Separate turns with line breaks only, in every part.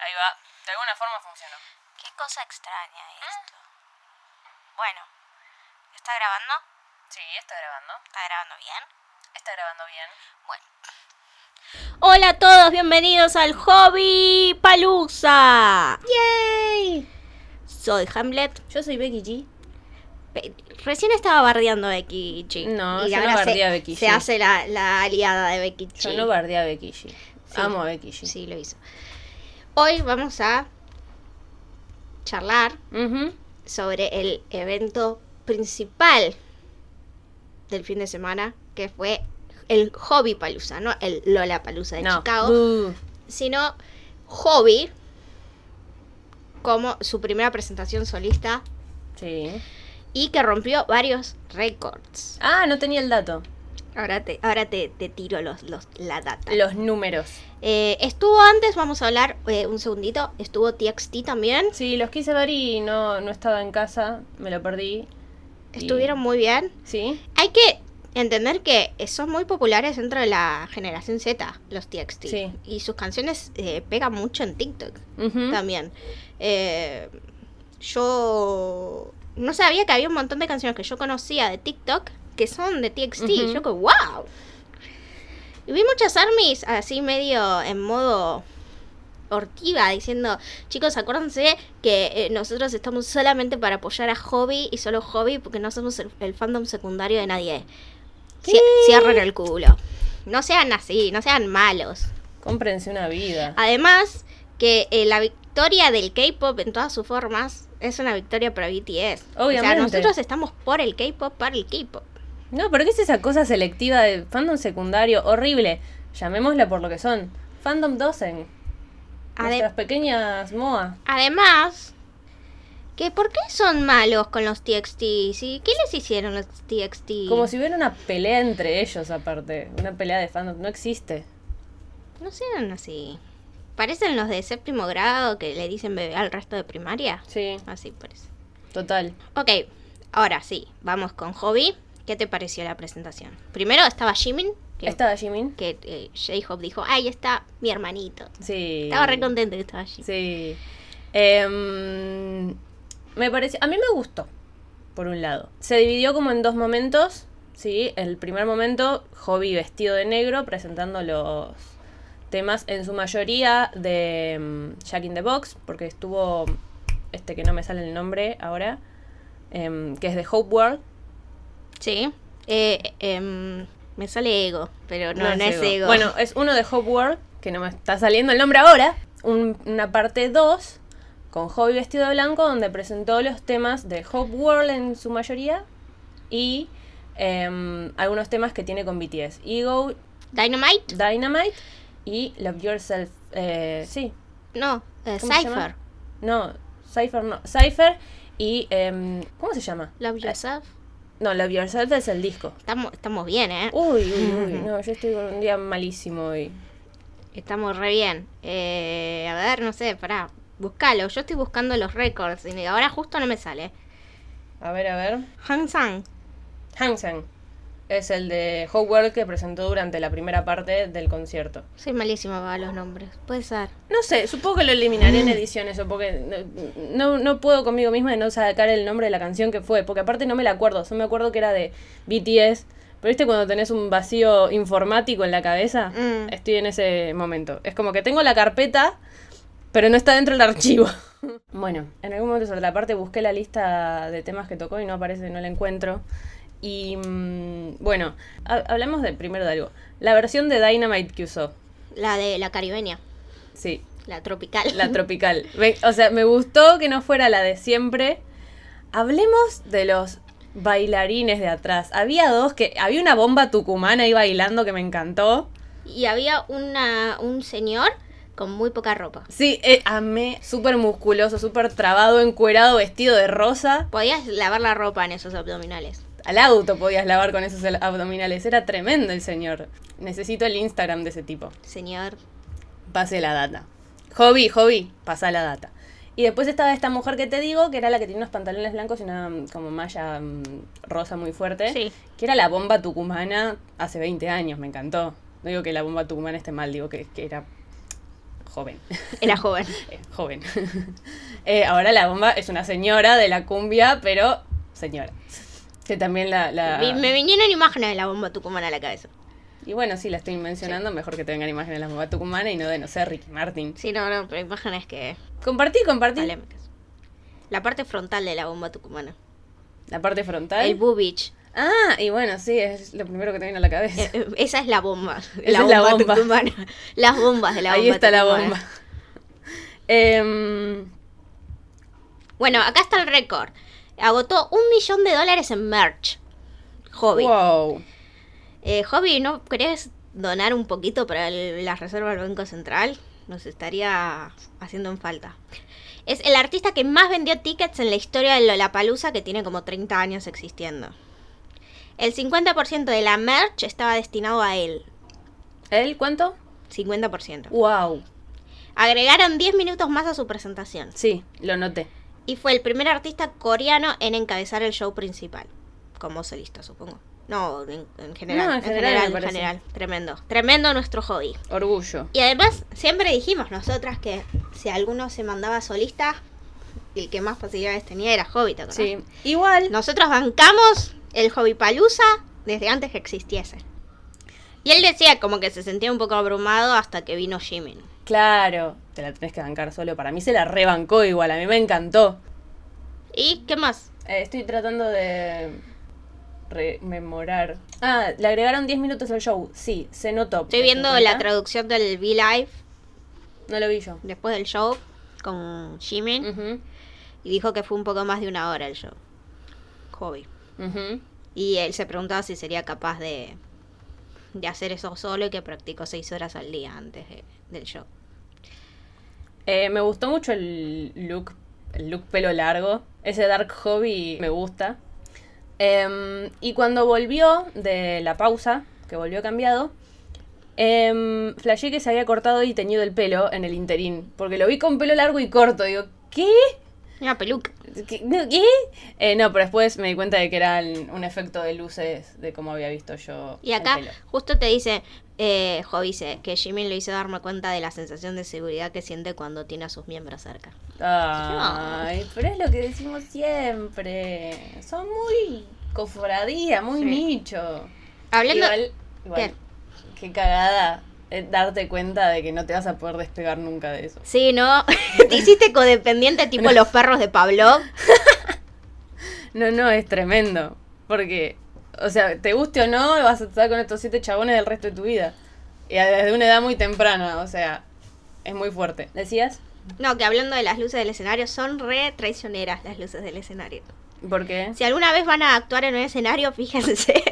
Ahí va. De alguna forma funcionó.
Qué cosa extraña esto. Bueno, ¿está grabando?
Sí, está grabando.
¿Está grabando bien?
Está grabando bien.
Bueno.
Hola a todos, bienvenidos al Hobby Palusa.
¡Yay!
Soy Hamlet.
Yo soy Becky G.
Pe- Recién estaba bardeando a Becky G.
No,
Y
yo
ahora
no
se-
bardeo a Becky
se
G.
hace la, la aliada de Becky G.
Yo no bardé a Becky G. Amo a Becky G.
Sí, lo hizo. Hoy vamos a charlar
Ujú.
sobre el evento principal del fin de semana, que fue el Hobby Palusa, no el Lola Palusa de
No.
Chicago.
Bú.
sino Hobby como su primera presentación solista
Sí.
y que rompió varios récords.
Ah, no tenía el dato.
Ahora te, ahora te, te tiro los, los- la data.
Los números.
Eh, estuvo antes, vamos a hablar eh, un segundito, estuvo TXT también.
Sí, los quise ver y no, no estaba en casa. Me lo perdí.
Estuvieron muy bien.
Sí.
Hay que entender que son muy populares dentro de la generación Z, los TXT.
Sí.
Y sus canciones eh, pegan mucho en TikTok.
Ujú.
también. Eh, yo no sabía que había un montón de canciones que yo conocía de TikTok que son de TXT.
Ujú.
Yo que, wow. Y vi muchas armies así medio en modo hortiva diciendo, chicos, acuérdense que eh, nosotros estamos solamente para apoyar a Hobby y solo Hobby porque no somos el, el fandom secundario de nadie. Cie- Cierren el culo. No sean así, no sean malos.
Cómprense una vida.
Ah. Además, que eh, la victoria del K-pop en todas sus formas es una victoria para BTS. O sea,
Obviamente.
nosotros estamos por el K-pop, para el K-pop.
No, pero ¿qué es esa cosa selectiva de fandom secundario? Horrible. Llamémosla por lo que son. Fandom Dosen.
Ade-
Nuestras pequeñas MOA.
Además, que ¿por qué son malos con los TXT? ¿Sí? ¿Qué les hicieron los TXT?
Como si hubiera una pelea entre ellos, aparte. Una pelea de fandom. No existe.
No sean así. Parecen los de séptimo grado que le dicen bebé al resto de primaria.
Sí,
Así parece.
total.
Ok, ahora sí, vamos con Hobby. ¿Qué te pareció la presentación? Primero estaba Jimin. que-
¿Estaba Jimin?
que eh, J-Hope dijo, ahí está mi hermanito.
Sí.
Estaba re contento que estaba allí.
Sí. Em, me parece. A mí me gustó, por un lado. Se dividió como en dos momentos. Sí, el primer momento, Hobby vestido de negro, presentando los temas en su mayoría de em, Jack in the Box, porque estuvo este que no me sale el nombre ahora, em, que es de Hope World.
Sí. Eh, em, me sale ego, pero no, no, es, ego.
Bueno, es uno de Hope World, que no me está saliendo el nombre ahora. Un- una parte 2 con Hobby vestido de blanco, donde presentó los temas de Hope World en su mayoría y em, algunos temas que tiene con BTS: Ego,
Dynamite,
Dynamite y Love Yourself. eh, sí,
no, eh,
¿Cómo se llama?
Cypher.
no, Cypher no, Cypher y. em, ¿Cómo se llama?
Love Yourself.
No, Love Yourself es el disco.
Estamos, estamos bien, ¿eh?
Uy, uy, uy, no, yo estoy con un día malísimo hoy.
Estamos re bien. Eh, a ver, no sé, pará. Buscalo, yo estoy buscando los récords y ahora justo no me sale.
A ver, a ver.
Hang Sang.
Hansen es el de Howard que presentó durante la primera parte del concierto.
Soy malísima para los nombres. Puede ser.
No sé, supongo que lo eliminaré en edición eso, porque no, no- no puedo conmigo misma de no sacar el nombre de la canción que fue, porque aparte no me la acuerdo, solo me acuerdo que era de BTS, pero viste cuando tenés un vacío informático en la cabeza,
Mm.
estoy en ese momento. Es como que tengo la carpeta, pero no está dentro del archivo. bueno, en algún momento sobre la parte busqué la lista de temas que tocó y no aparece, no la encuentro. Y mm, bueno, ha- hablamos de, primero de algo. La versión de Dynamite que usó.
La de la caribeña,
Sí,
la tropical.
la tropical. Me- o sea, me gustó que no fuera la de siempre. Hablemos de los bailarines de atrás. Había dos que. Había una bomba tucumana ahí bailando que me encantó.
Y había una, un señor con muy poca ropa.
Sí, eh, amé. Súper musculoso, súper trabado, encuerado, vestido de rosa.
Podías lavar la ropa en esos abdominales.
Al auto podías lavar con esos al- abdominales. Era tremendo el señor. Necesito el Instagram de ese tipo.
Señor,
Pase la data. Hobby, hobby, pasa la data. Y después estaba esta mujer que te digo, que era la que tenía unos pantalones blancos y una mm, como malla mm, rosa muy fuerte.
Sí.
Que era la bomba tucumana hace 20 años, me encantó. No digo que la bomba tucumana esté mal, digo que, que era joven.
Era joven.
Eh, joven. Eh, ahora la bomba es una señora de la cumbia, pero señora. Que también la... la-
Vi- Me vinieron imágenes de la bomba tucumana a la cabeza.
Y bueno, sí, la estoy mencionando, mejor que tengan imágenes de la bomba tucumana y no de, no sé, Ricky Martin.
Sí, no, no, pero imágenes que.
Compartí, compartí.
polémicas. La parte frontal de la bomba tucumana.
La parte frontal.
El boobich.
ah, y bueno, sí, es lo primero que te viene a la cabeza.
Eh, eh, Esa es la bomba.
es la bomba.
tucumana. Las bombas de la bomba.
Ahí está la
tucumana.
bomba. Em,
Bueno, acá está el récord. Agotó un millón de dólares en merch. Hobby.
wow.
Eh, Hobby, ¿no querés donar un poquito para el- las reservas del Banco Central? Nos estaría haciendo en falta. Es el artista que más vendió tickets en la historia de Lollapalooza, que tiene como 30 años existiendo. El 50% de la merch estaba destinado a él.
¿Él cuánto?
50%.
Wow.
Agregaron 10 minutos más a su presentación.
Sí, lo noté.
Y fue el primer artista coreano en encabezar el show principal. Como solista, supongo. No, en, en general.
No, en general,
en general,
me
en
parece.
general. Tremendo. Tremendo nuestro hobby.
Orgullo.
Y además, siempre dijimos nosotras que si alguno se mandaba solista, el que más posibilidades tenía era Hobbit, ¿te acordás?
Sí. Igual.
Nosotros bancamos el Hobby Palusa desde antes que existiese. Y él decía como que se sentía un poco abrumado hasta que vino Jimin.
Claro. Te la tenés que bancar solo. Para mí se la rebancó igual. A mí me encantó.
¿Y qué más?
Eh, estoy tratando de rememorar. Ah, le agregaron 10 minutos al show. Sí, se notó.
Estoy viendo
¿Te das
la
cuenta?
traducción del V-Live
No lo vi yo.
después del show con Jimin
Ujú,
y dijo que fue un poco más de una hora el show. Hobby.
ujú.
Y él se preguntaba si sería capaz de, de hacer eso solo y que practicó seis horas al día antes de- del show.
Eh, me gustó mucho el look, el look pelo largo. Ese dark hobby me gusta. Em, y cuando volvió de la pausa, que volvió cambiado, em, flashé que se había cortado y teñido el pelo en el interín. Porque lo vi con pelo largo y corto. Digo, ¿qué?
Una peluca.
¿Qué? ¿No, ¿qué? Eh, no, pero después me di cuenta de que era el- un efecto de luces de cómo había visto yo.
Y
el
acá
pelo.
justo te dice, eh, Jovice, que Jimmy lo hizo darme cuenta de la sensación de seguridad que siente cuando tiene a sus miembros cerca.
Ay, pero es lo que decimos siempre. Son muy cofradía, muy
Sí.
nicho.
Hablando...
Igual, igual, qué cagada eh, darte cuenta de que no te vas a poder despegar nunca de eso.
Sí, ¿no? te hiciste codependiente tipo los perros de Pavlov.
No, no, es tremendo. Porque, o sea, te guste o no, vas a estar con estos siete chabones del resto de tu vida. Y a- desde una edad muy temprana, o sea, es muy fuerte. ¿Decías?
No, que hablando de las luces del escenario, son re traicioneras las luces del escenario.
¿Por qué?
Si alguna vez van a actuar en un escenario, fíjense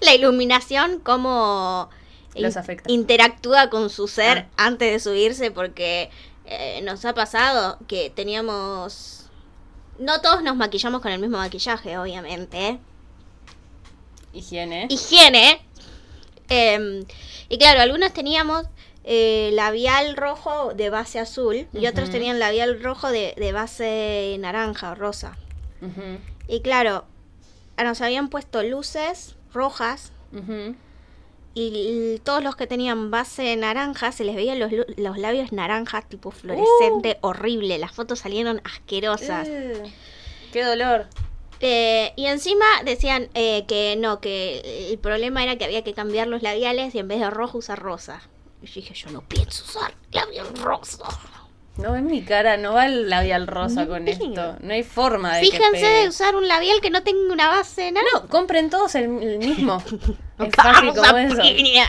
la iluminación, cómo
Los
in-
afecta. Ah.
interactúa con su ser antes de subirse, porque eh, nos ha pasado que teníamos... No todos nos maquillamos con el mismo maquillaje, obviamente.
Higiene.
Higiene. Em, y claro, algunos teníamos eh, labial rojo de base azul y otros
Ujú.
tenían labial rojo de, de base naranja o rosa.
Ujú,
Y claro, a- nos habían puesto luces rojas
ujú.
y l- todos los que tenían base naranja se les veían los, lu- los labios naranjas tipo fluorescente, horrible. Las fotos salieron asquerosas.
Uh. Eh, Qué dolor.
Eh, y encima decían eh, que no, que el problema era que había que cambiar los labiales y en vez de rojo usar rosa. Y yo dije, yo no pienso usar labial rosa.
No ves mi cara, no va el labial rosa con
Niño.
esto. No hay forma de que
Fíjense
pegue.
de usar un labial que no tenga una base de naranja.
No, compren todos el, el mismo. es fácil
Vamos
como
a
eso.
piñar.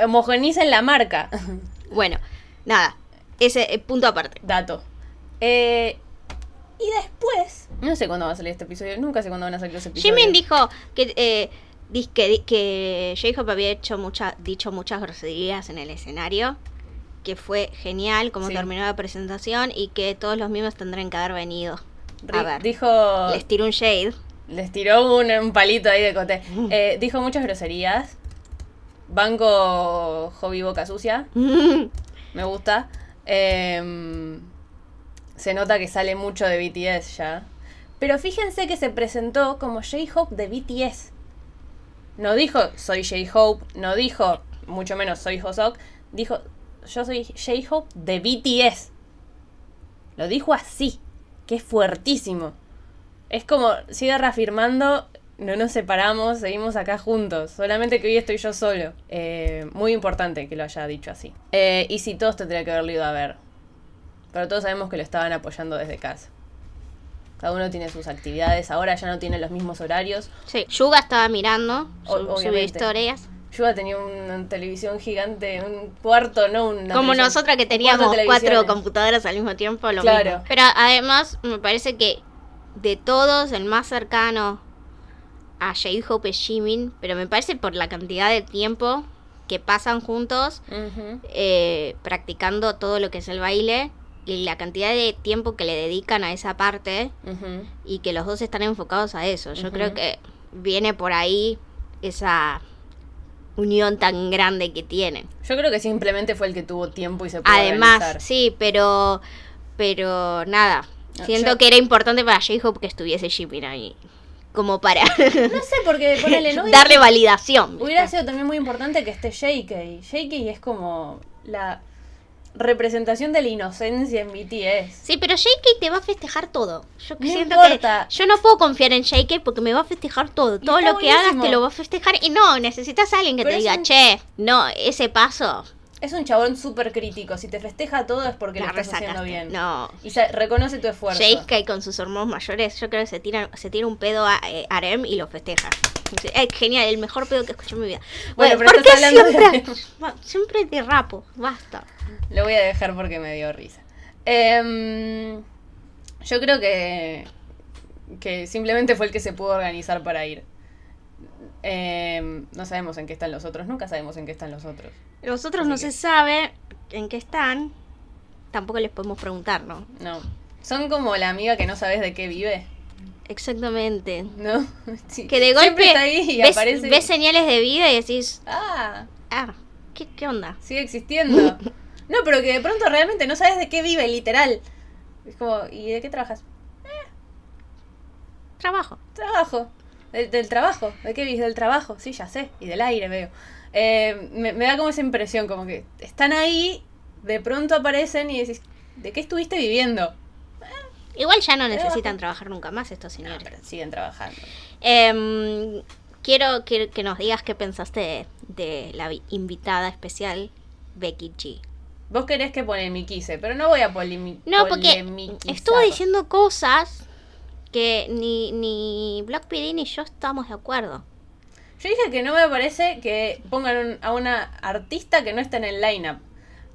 Homogenicen la marca.
Bueno, nada, ese eh, punto aparte.
Dato. Eh, y después. No sé cuándo va a salir este episodio. Nunca sé cuándo van a salir los episodios.
Jimin dijo que, eh, dis- que, di- que J-Hope había hecho mucha, dicho muchas groserías en el escenario, que fue genial como
Sí.
terminó la presentación y que todos los mismos tendrán que haber venido.
Ri-
a ver.
Dijo.
Les tiró un shade.
Les tiró un, un palito ahí de coté. Eh, dijo muchas groserías. Banco hobby boca sucia. Me gusta. Em, se nota que sale mucho de BTS ya. Pero fíjense que se presentó como J-Hope de BTS. No dijo soy J-Hope, no dijo mucho menos soy Hoseok, dijo yo soy J-Hope de BTS. Lo dijo así, que es fuertísimo. Es como, sigue reafirmando, no nos separamos, seguimos acá juntos, solamente que hoy estoy yo solo. Eh, muy importante que lo haya dicho así. Eh, y si todos tendría que haberlo ido a ver. Pero todos sabemos que lo estaban apoyando desde casa. Cada uno tiene sus actividades, ahora ya no tiene los mismos horarios.
Sí, Yuga estaba mirando, su-
O-
subió
obviamente.
historias.
Yuga tenía una televisión gigante, un cuarto, ¿no? Una
Como
televisión-
nosotras que teníamos cuatro
televisiones.
computadoras al mismo tiempo, lo
Claro.
mismo. Pero además, me parece que de todos, el más cercano a J-Hope es Jimin, pero me parece por la cantidad de tiempo que pasan juntos
Ujú.
eh, practicando todo lo que es el baile y la cantidad de tiempo que le dedican a esa parte
Ujú.
y que los dos están enfocados a eso. Yo
Ujú.
creo que viene por ahí esa unión tan grande que tienen.
Yo creo que simplemente fue el que tuvo tiempo y se pudo
Además,
organizar.
sí, pero pero nada.
Ah,
Siento
yo-
que era importante para J-Hope que estuviese Jimin ahí. Como para
No sé, porque ponele, no hubiera,
darle validación. ¿viste?
hubiera sido también muy importante que esté JK. JK es como la representación de la inocencia en BTS.
Sí, pero JK te va a festejar todo. Yo que
No
siento
importa.
que yo no puedo confiar en JK porque me va a festejar todo.
Y
Todo
está
lo que hagas
buenísimo.
te lo va a festejar. Y no, necesitas a alguien que
Pero
te
es
diga,
un-
che, no, ese paso
Es un chabón súper crítico. Si te festeja todo es porque
la
lo estás
resacaste.
haciendo bien.
No.
Y sa- reconoce tu esfuerzo.
JK con sus hermanos mayores, yo creo que se tira, se tira un pedo a eh, Arem y lo festeja. Sí, Es genial, el mejor pedo que escuché en mi vida.
Bueno,
Bueno,
pero
¿por qué
estás hablando de
siempre, va, siempre te rapo? Basta.
Lo voy a dejar porque me dio risa. Em, yo creo que, que simplemente fue el que se pudo organizar para ir. Em, no sabemos en qué están los otros, nunca sabemos en qué están los otros.
Los otros no
Así que-
se sabe en qué están. Tampoco les podemos preguntar, ¿no?
No. Son como la amiga que no sabes de qué vive,
Exactamente.
¿no? Sí.
Que de
Siempre
golpe
está ahí y
ves,
aparece. y-
ves señales de vida y decís,
Ah,
ah, ¿qué, qué onda?
sigue existiendo. No, pero que de pronto realmente no sabes de qué vive, literal. Es como, ¿y de qué trabajas?
Trabajo.
Trabajo. Del, del trabajo. ¿De qué vivís? Del trabajo. Sí, ya sé. Y del aire veo. Eh, me, me da como esa impresión, como que están ahí, de pronto aparecen y decís, ¿de qué estuviste viviendo?
Igual ya no
Trabajo.
necesitan trabajar nunca más estos
No,
señores.
pero siguen trabajando.
Em, quiero que, que nos digas qué pensaste de, de la vi- invitada especial, Becky G.
Vos querés que polemiquice, pero no voy a polemi-
No, porque
polemikizar.
estuvo diciendo cosas que ni, ni Block PD ni yo estamos de acuerdo.
Yo dije que no me parece que pongan un- a una artista que no está en el lineup.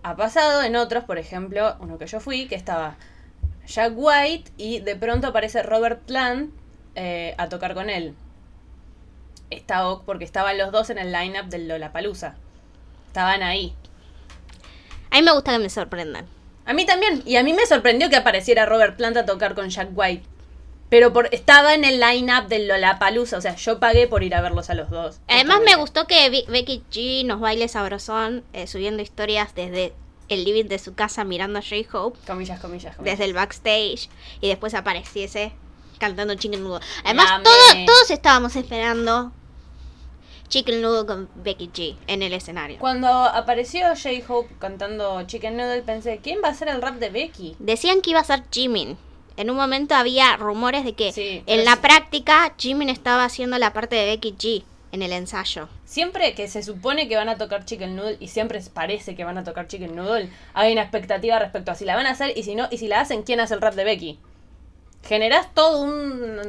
Ha pasado en otros, por ejemplo, uno que yo fui, que estaba Jack White y de pronto aparece Robert Plant eh, a tocar con él. Está ok porque estaban los dos en el lineup del Lollapalooza. Estaban ahí.
A mí me gusta que me sorprendan.
A mí también, y a mí me sorprendió que apareciera Robert Plant a tocar con Jack White. Pero por, estaba en el lineup del Lollapalooza, o sea, yo pagué por ir a verlos a los dos.
Además me
justamente.
gustó que Be- Becky G nos baile sabrosón eh, subiendo historias desde el living de su casa mirando a J-Hope
Comillas, comillas, comillas.
desde el backstage y después apareciese cantando Chicken Nudo. Además,
amé.
todo- todos estábamos esperando Chicken Nudo con Becky G en el escenario.
Cuando apareció J-Hope cantando Chicken Noodle, pensé, ¿quién va a hacer el rap de Becky?
Decían que iba a ser Jimin. En un momento había rumores de que
Sí, pero
en la
sí.
práctica Jimin estaba haciendo la parte de Becky G en el ensayo.
Siempre que se supone que van a tocar Chicken Noodle y siempre parece que van a tocar Chicken Noodle, hay una expectativa respecto a si la van a hacer y si no, y si la hacen, ¿quién hace el rap de Becky? Generás todo un,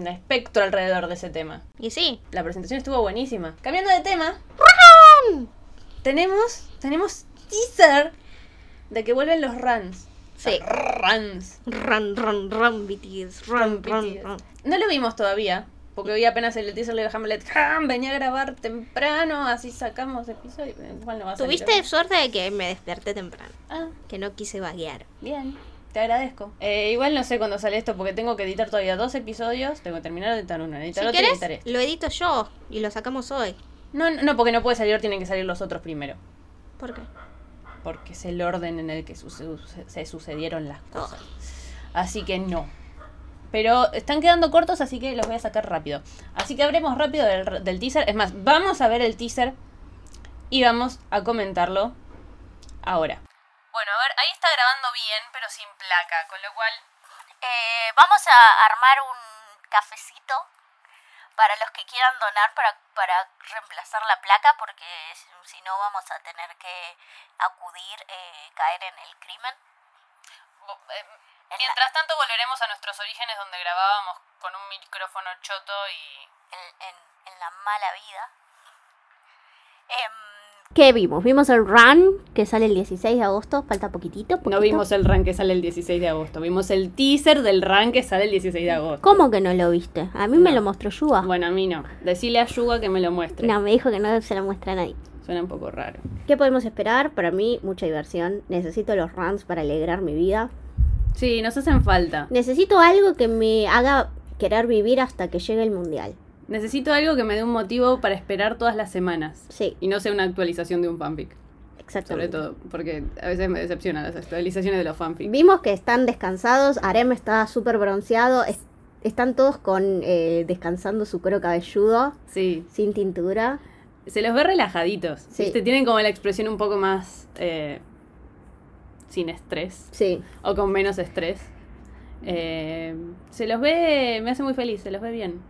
un espectro alrededor de ese tema.
Y sí,
La presentación estuvo buenísima. Cambiando de tema, tenemos, tenemos teaser de que vuelven los runs.
sí.
Runs.
Run, run, run, BTS, run, run, run.
No lo vimos todavía, porque hoy apenas el teaser le dijo a Hamlet, "Ham, venía a grabar temprano, así sacamos episodio. Igual no va a salir
Tuviste
hoy.
suerte de que me desperté temprano,
Ah,
que no quise vaguear.
bien. Te agradezco. Eh, igual no sé cuándo sale esto porque tengo que editar todavía dos episodios. Tengo que terminar de editar uno, editar
Si
otro y
querés,
editar este.
lo edito yo y lo sacamos hoy.
No, no, no, porque no puede salir, tienen que salir los otros primero.
¿Por qué?
Porque es el orden en el que suce- suce- se sucedieron las
Oh.
cosas. Así que no. Pero están quedando cortos, así que los voy a sacar rápido. Así que hablemos rápido del, del teaser. Es más, vamos a ver el teaser y vamos a comentarlo Ahora.
Bueno, a ver, ahí está grabando bien, pero sin placa, con lo cual
Eh, vamos a armar un cafecito para los que quieran donar para, para reemplazar la placa, porque si- si no vamos a tener que acudir, eh, caer en el crimen.
Bo- eh, Mientras tanto volveremos a nuestros orígenes donde grabábamos con un micrófono choto y...
en, en- en la mala vida. Em,
¿Qué vimos? Vimos el run que sale el 16 de agosto, falta poquitito.
No
poquito.
vimos el rank que sale el 16 de agosto. Vimos el teaser del rank que sale el 16 de agosto.
¿Cómo que no lo viste? A mí me lo mostró Yuba.
Bueno, a mí no. Decile a Yuga que me lo muestre.
no, me dijo que no se lo muestra a nadie.
Suena un poco raro.
¿Qué podemos esperar? Para mí, mucha diversión. Necesito los runs para alegrar mi vida.
Sí, nos hacen falta.
Necesito algo que me haga querer vivir hasta que llegue el mundial.
Necesito algo que me dé un motivo para esperar todas las semanas.
Sí,
Y no sea una actualización de un fanfic. Sobre
exactamente.
todo, porque a veces me decepcionan las actualizaciones de los fanfics.
Vimos que están descansados. Arem está súper bronceado. es- están todos con eh, descansando su cuero cabelludo,
Sí.
sin tintura.
Se los ve relajaditos.
Sí.
¿viste? Tienen como la expresión un poco más eh, sin estrés.
Sí,
O con menos estrés. Eh, se los ve. Me hace muy feliz, se los ve bien.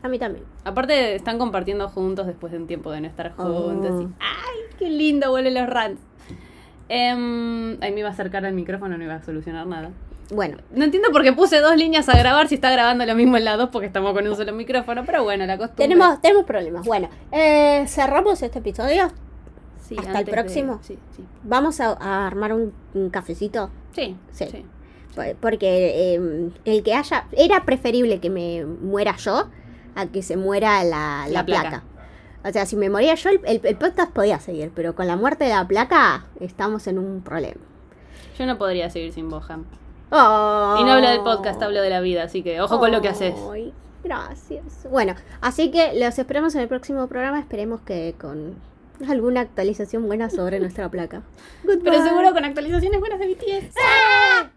a mí también.
Aparte, están compartiendo juntos después de un tiempo de no estar
Oh.
juntos. y- ¡Ay, qué lindo! Vuelven los rants. Em, ahí me iba a acercar al micrófono, no iba a solucionar nada.
Bueno,
No entiendo por qué puse dos líneas a grabar si está grabando lo mismo en las dos porque estamos con un solo micrófono, pero bueno, la costumbre.
tenemos, tenemos problemas. Bueno, eh, cerramos este episodio.
Sí,
hasta el
antes de-
próximo.
Sí, sí.
Vamos a, a armar un, un cafecito.
Sí,
Sí.
sí.
por- Porque eh, el que haya. Era preferible que me muera yo a que se muera la, la
La
placa.
placa.
O sea, si me moría yo, el, el- el podcast podía seguir, pero con la muerte de la placa estamos en un problema.
Yo no podría seguir sin Boham.
Oh.
Y no hablo del podcast, hablo de la vida, así que ojo con lo que haces.
Ay, Gracias. Bueno, así que los esperamos en el próximo programa. Esperemos que con alguna actualización buena sobre nuestra placa.
Pero seguro con actualizaciones buenas de BTS.
¡Ah!